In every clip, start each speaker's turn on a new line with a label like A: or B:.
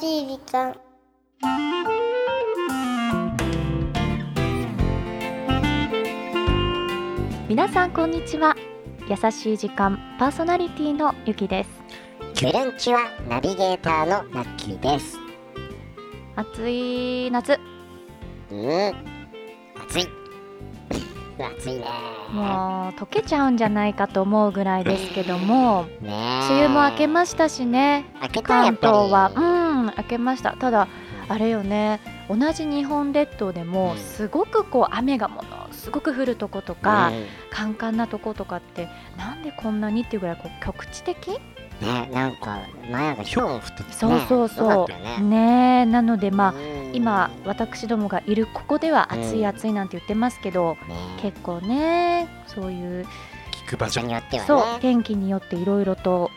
A: しい時間
B: 皆さんこんにちは優しい時間パーソナリティのゆきです
C: キュレンチはナビゲーターのラッキーです。
B: 暑い夏
C: うん。暑い。暑いね。
B: もう溶けちゃうんじゃないかと思うぐらいですけども
C: ね
B: 梅雨も明け
C: す。
B: ましたしね
C: 明けたやっ
B: 関
C: ぱり
B: 東はうん明けましたただあれよね同じ日本列島で
C: う
B: も
C: ん
B: すごくこう雨がものすごく降るとことか、
C: うん
B: カンカンなとことかってなんでこんなにっていうぐらいこう局地的
C: ね、なんか前がひょう降ってたね。
B: そうそうそう
C: よかったよね。
B: ねえなのでまあ
C: うん
B: 今私どもがいるここでは暑い
C: うん
B: 暑いなんて言ってますけど、
C: ね、
B: 結構ねそういう
C: 聞く場所によって
B: そう
C: はね。
B: 天気によっていろいろと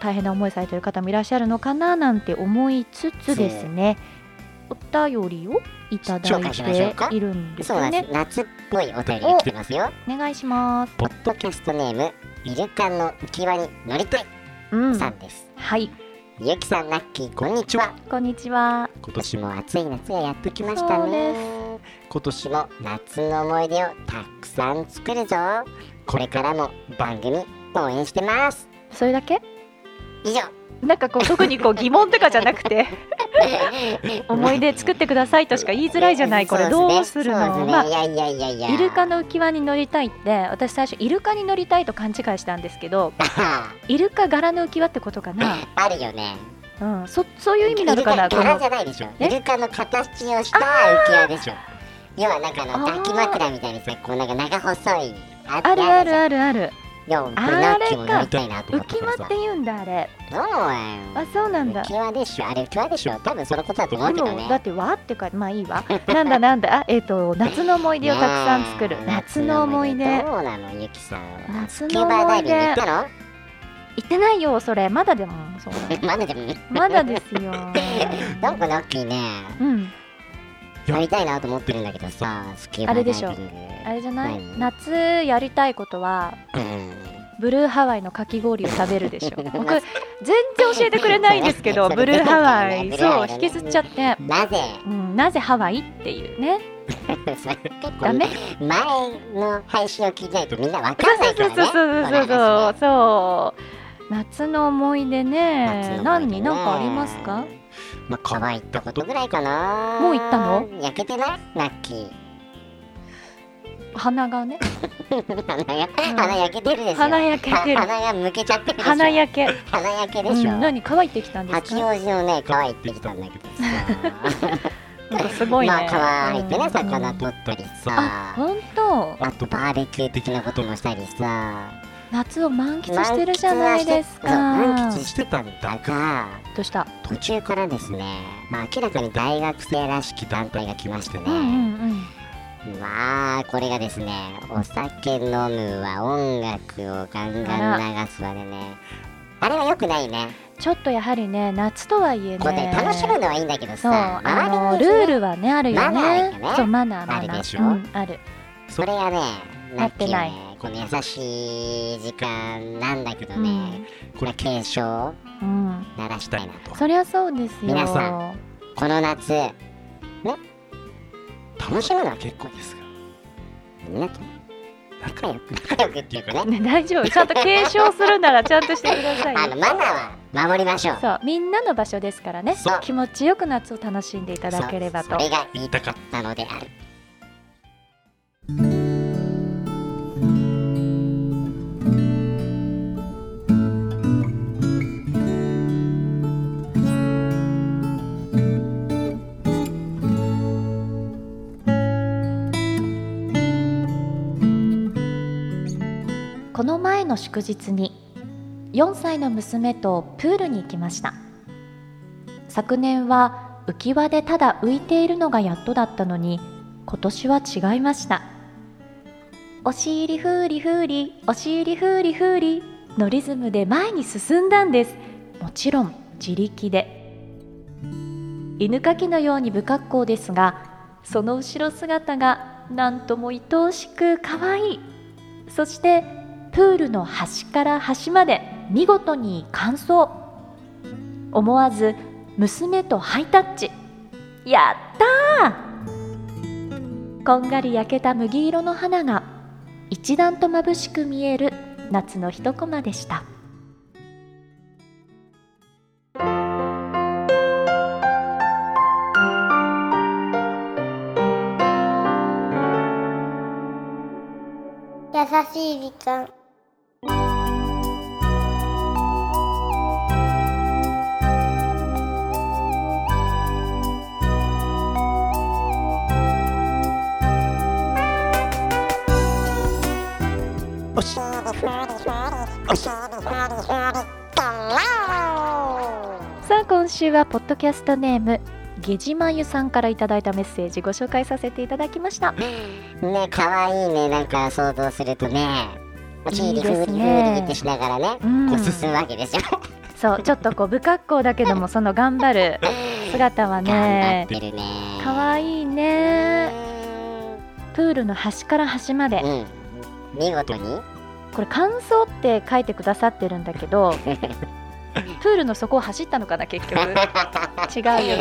B: 大変な思いされてる方もいらっしゃるのかななんて思いつつですねお便りをいただ
C: 紹
B: い
C: 介しましょうか
B: ているんです
C: そう
B: よ
C: なんで
B: ね
C: す。夏っぽいお便りが来てますよ。
B: お願いします、
C: ポッドキャストネームイルカの浮き輪に乗りたい
B: うん、
C: さんです。
B: はい
C: ゆきさんラッキーこんにちは。
B: こんにちは
C: 今年も暑い夏がやってきましたね今年も夏の思い出をたくさん作るぞこれからも番組応援してます
B: それだけ
C: 以 上
B: なんかこう特にこう疑問とかじゃなく て思い出作ってくださいとしか言いづらいじゃないこれどうするの
C: そうですね
B: まあ
C: いやいやいやいや
B: イルカの浮き輪に乗りたいって私最初イルカに乗りたいと勘違いしたんですけど
C: あ
B: イルカ柄の浮き輪ってことかな、
C: あるよね
B: うん、そそういう意味なのかな
C: イル
B: こ
C: カ柄
B: の
C: じゃないでしょ
B: え
C: イルカの形をした浮き輪でしょ要はなんかあの
B: あー
C: 抱き枕みたいにさこうなんか長細い
B: あるある
C: あ
B: あるある
C: るよ俺ラッキーも乗りたいなと思
B: 浮
C: って
B: き
C: から
B: 輪
C: さ
B: って言うんだあれ
C: どうよ
B: あそうなんだ
C: 浮き輪でしょあれ浮き輪でしょ多分そのことだと思う
B: で
C: けど
B: もだっ
C: ね
B: て「わ」ってかまあいいわなんだなんだあえっ、と夏の思い出をたくさん作る
C: ねえ
B: 夏の思い出
C: どうなのゆきさんは
B: 夏
C: ス
B: の
C: キュー
B: 思
C: バダ
B: い
C: イ
B: 出
C: ビング行ったの
B: 行ってないよそれまだでもそう
C: まだでも
B: まだですよ
C: なんかラッキーね
B: うん
C: やりたいなと思ってるんだけどさスキュー
B: あ
C: バダ
B: れ
C: イビ
B: で
C: ン
B: し
C: グ
B: ょあれじゃない
C: 何
B: 夏やりたいことはブルーハワイのかき氷を食べるでし ょ僕全然教えてくれないんですけど
C: それ
B: ブルーハワイ
C: ブルーハ
B: そう
C: ワイ
B: 引きずっちゃって、
C: うんなぜ
B: うん、なぜハワイっていうね
C: それ
B: ダメ
C: 前の配信を聞いてないとみんなわ
B: そうそうそうそうそうそう
C: かんないからね
B: そうそう夏の思い出ね何に何かありますか
C: まあ、カバ行ったことぐらいかな
B: もう行ったの
C: 焼けてないラッキー
B: 鼻がね
C: 鼻や鼻焼けてるでしょ
B: 鼻焼けてる
C: 鼻がむけちゃってるでしょ
B: 鼻焼け、
C: 鼻焼け
B: う
C: でしょ、
B: ん、何乾いてきたんです
C: 八
B: か
C: 王子のね川行ってきたんだけどさ
B: なんかすごいね、
C: まあ川入ってね魚
B: うん
C: 取ったり
B: あ
C: さ
B: 本当
C: あとバーベキュー的なこともしたりさ
B: 夏を満喫してるじゃないですか
C: 満喫してたんだが
B: どうした
C: 途中からですね、まあ、明らかに大学生らしき団体が来ましてね、
B: うんうんうん
C: まあこれがですねお酒飲むわ音楽をガンガン流すわでねあれは良くないね
B: ちょっとやはりね夏とはいえ
C: こうね
B: ね
C: 楽しむのはいいんだけど
B: そう
C: さ
B: あの
C: 周り
B: ル
C: の
B: ー
C: ル
B: ルはねあるよ
C: マナ
B: ね
C: ーがね
B: そうマナーマナー
C: あるでしょ
B: うん、ある
C: それがね
B: なってない
C: んていうのねこの優しい時間なんだけど
B: う
C: ね
B: ん、
C: これ警鐘を
B: うん、
C: 鳴らしたいなと
B: そりゃそうですよ
C: 皆さんこの夏ね楽しむのは結構ですがみんなと仲良く仲良くっていうかね
B: ね、大丈夫ちゃんと継承するならちゃんとしてください
C: あの
B: よ
C: マナーは守りましょう
B: そうみんなの場所ですからね
C: そう
B: 気持ちよく夏を楽しんでいただければ
C: そ
B: と
C: うそれが言いたかったのである
B: この前の祝日に4歳の娘とプールに行きました昨年は浮き輪でただ浮いているのがやっとだったのに今年は違いましたおしりふりふりおしりふりふりのリズムで前に進んだんですもちろん自力で犬かきのように不格好ですがその後ろ姿がなんとも愛おしく可愛いそしてプールの端から端まで見事に完走思わず「娘とハイタッチやったーこんがり焼けた麦色の花が一段と眩しく見える夏の一コマでした
A: 優しい時間
C: おしおし
B: さあ今週はポッドキャストネームゲジマユさんからいただいたメッセージご紹介させていただきました
C: ね可愛いねなんか想像するとねおし
B: いい
C: り
B: で
C: ふ
B: すね
C: りふりってしながらね
B: うん
C: こう進むわけですよ
B: そうちょっとこう不格好だけどもその頑張る姿は
C: 頑張っ
B: ね
C: てるね
B: かわいいねプールの端から端まで
C: うん見事に
B: これ感想って書いてくださってるんだけ どプールの底を走ったのかな結局違う よ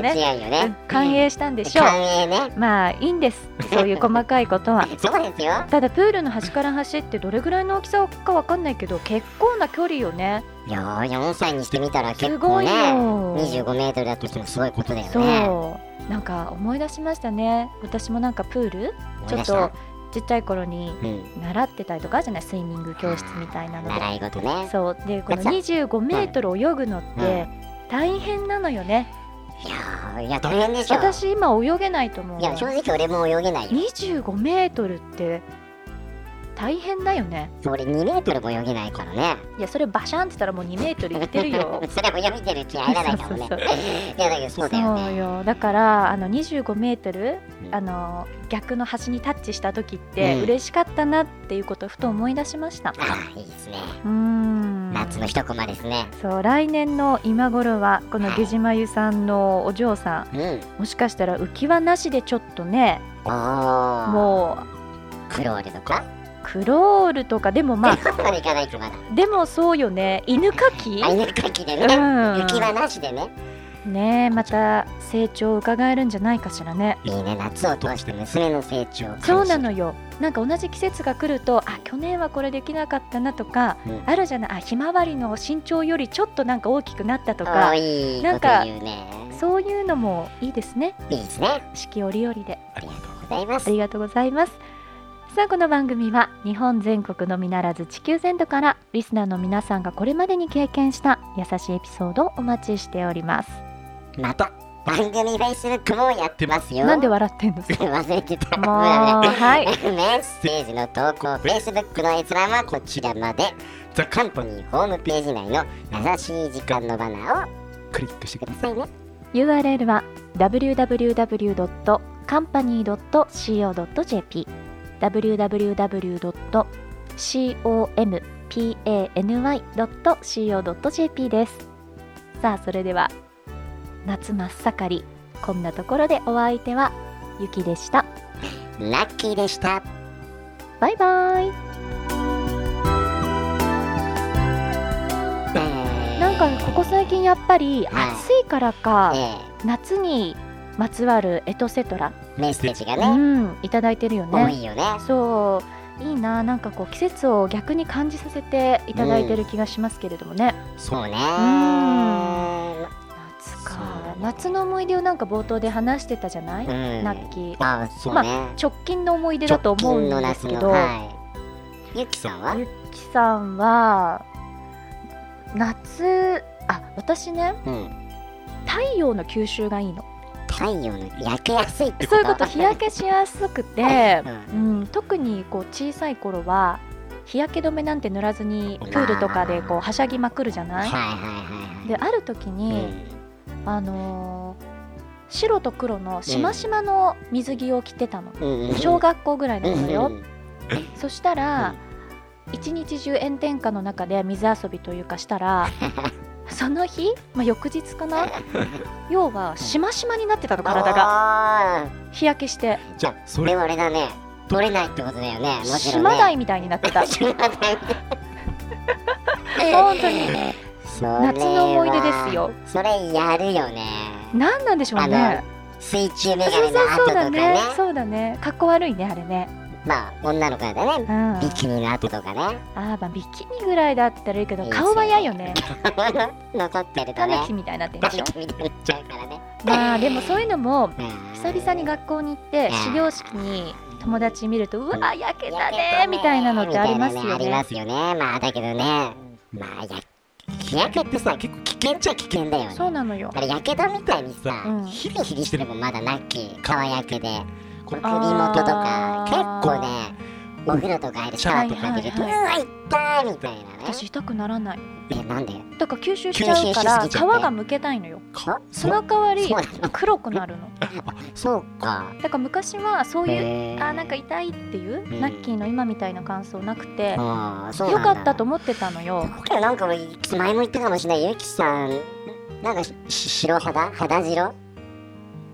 B: ね
C: 違うよね
B: 歓迎したんでしょ
C: 歓迎ね
B: うまあいいんですそういう細かいことは
C: そうですよ
B: ただプールの端から端ってどれぐらいの大きさかわかんないけど結構な距離よね
C: いやー4歳にしてみたら
B: す
C: 結
B: ご
C: 構
B: いよ
C: ね25メートルだとしてもすごいことだよね
B: そうなんか思い出しましたね私もなんかプール
C: 思
B: ち
C: い
B: ょっ
C: 出し
B: と
C: た
B: ちっちゃい頃に
C: うん
B: 習ってたりとかあるじゃないスイミング教室みたいなので
C: 習い事ね
B: そうでこの25メートル泳ぐのって大変なのよね
C: いやーいや大変でしょ
B: 私今泳げないと思う
C: いや正直俺も泳げないよ
B: 25メートルって大変だよね
C: 俺2メートルも泳げないからね
B: いやそれバシャンって言ったらもう2メートルいってるよ
C: それも泳いでるうちに入らないかもね
B: そうそう
C: いやだけどそうだよ
B: そう
C: ね
B: よだからあの25メートル
C: うん
B: あの逆の端にタッチした時って
C: うん
B: 嬉しかったなっていうことをふと思い出しました
C: ああいいですね
B: うーん
C: 夏の一コマですね
B: そう来年の今頃はこの
C: はい
B: ゲジマユさんのお嬢さん
C: うん
B: もしかしたら浮き輪なしでちょっとね
C: おお
B: もう
C: クロールとか
B: クロールとかでもまあ
C: まだ行かないとまだ
B: でもそうよね犬かき
C: あ犬かきでね
B: うん
C: 雪はなしでね
B: ねえまた成長を伺えるんじゃないかしらね
C: いいね夏を通して娘の成長を感じる
B: そうなのよなんか同じ季節が来るとあ去年はこれできなかったなとか、
C: うん
B: あるじゃないあひまわりの身長よりちょっとなんか大きくなったと
C: あ
B: か
C: ーいい
B: なん
C: こ
B: か
C: と言うね
B: そういうのもいいですね
C: いいですね
B: 四季折々で
C: ありがとうございま
B: あ
C: す
B: りがとうございますさあこの番組は日本全国のみならず地球全土からリスナーの皆さんがこれまでに経験した優しいエピソードをお待ちしております
C: また番組 Facebook もやってますよ
B: なんで笑ってん の
C: 忘れてた
B: もうはい
C: メッセージの投稿 Facebook の閲覧はこちらまで The Company ホームページ内の優しい時間のバナーをクリックしてくださいね
B: URL は www.company.co.jp www.company.co.jp ですさあそれでは夏真っ盛りこんなところでお相手はゆきでした
C: ラッキーでした
B: バイバイな
C: なん
B: かここ最近やっぱり
C: はい
B: 暑いからか、
C: え
B: 夏にまつわるエトセトラ、
C: えメッセージが
B: う
C: ね、
B: ん、いただいてるよ
C: 多
B: ね
C: いよね
B: そういいななんかこう季節を逆に感じさせていただいてる気がしますけれどもね、
C: そうね
B: ん夏
C: そう
B: か
C: だね
B: 夏の思い出をなんか冒頭で話してたじゃない、
C: うん
B: ナッキー
C: あそうね、
B: 直近の思い出だと
C: 直
B: 思う
C: 近
B: ん
C: の
B: で
C: 夏
B: すけ
C: の
B: ど、
C: はいゆきさんは
B: ゆきさんは夏あ私ね
C: うん
B: 太陽の吸収がいいの
C: 太陽の焼けやすいってこ
B: そ
C: と、
B: ういうこと日焼けしやすくて
C: うん
B: うん、特にこう小さい頃は日焼け止めなんて塗らずにプールとかでこうはしゃぎまくるじゃ
C: は
B: ないい
C: はいはいはい
B: である時
C: う
B: に、
C: ん
B: あのー白と黒のしましまの水着を着てたの、
C: うんうん
B: 小学校ぐらいの頃よ、
C: うんうん
B: そしたら、一日中炎天下の中で水遊びというかした らその日、まあ、翌日かな要はしましまになってたの体が
C: が
B: 日焼けして
C: じゃあそれはあれだね取れないってことだよねもちろんね
B: 島台みたいになって た
C: 島台って
B: 本当に
C: それは
B: 夏の思い出ですよ
C: それやるよね
B: 何なんでしょうね
C: 水中メ
B: そ
C: ガ
B: うそう
C: ネの跡
B: そう
C: とか
B: だね
C: ね
B: そうだねかっこ悪いねあれね
C: まあ女の子だとね
B: うんあ
C: ビキニの跡とかね
B: ーまあビキニぐらいだったらいいけど
C: いいですよ
B: 顔は嫌よね
C: 残ってると
B: タ
C: ね
B: ヌキみたいになってる
C: バ
B: でしょ
C: キみたいになっ ちゃうからね
B: まあでもそういうのも
C: うん
B: 久々に学校に行って始業式に友達見るとうわー焼けた
C: いや
B: ねみたいなのってありますよ
C: みたいなありま
B: ね
C: すよねまあだけどねまあや日焼けってさ結構危険っちゃ危険だよね
B: そうなのよ
C: あれやけどみたいにさ、
B: うん
C: ヒリヒリしてるもんまだなっき皮やけでこれ首
B: あー
C: 元とか結構ねお風呂とか入れシャワーとか入れると、
B: はいう
C: わ痛いみたいなね
B: 私痛くならない
C: えなんで
B: だから吸収しちゃうか
C: 吸収しす
B: ら皮
C: ぎちゃって
B: がむけたいのよ
C: か
B: その代わり
C: そうなの
B: 黒くなるの
C: そうか
B: だから昔はそういう
C: へー
B: あーなんか痛いっていう
C: うん
B: ナッキーの今みたいな感想なくて
C: あーそう
B: 良
C: なんだ
B: かったと思ってたのよ
C: 僕らなんかも前も言ったかもしれないゆきさんなんかしし白肌肌白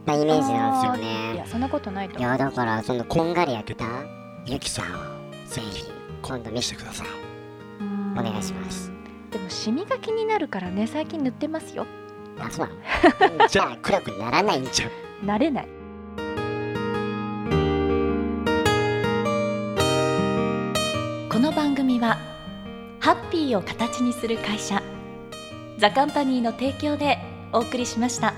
C: なイメージなんですよ
B: い
C: ね
B: やそんなことないと
C: い
B: 思う
C: やだからそのこんがり焼けたゆきさんをぜひ今度見せてくださいお
B: うん
C: 願いします
B: でもシミが気になるからね最近塗ってますよ
C: あそうな のじゃあ暗くならないんじゃん
B: 慣れないこの番組はハッピーを形にする会社ザカンパニーの提供でお送りしました。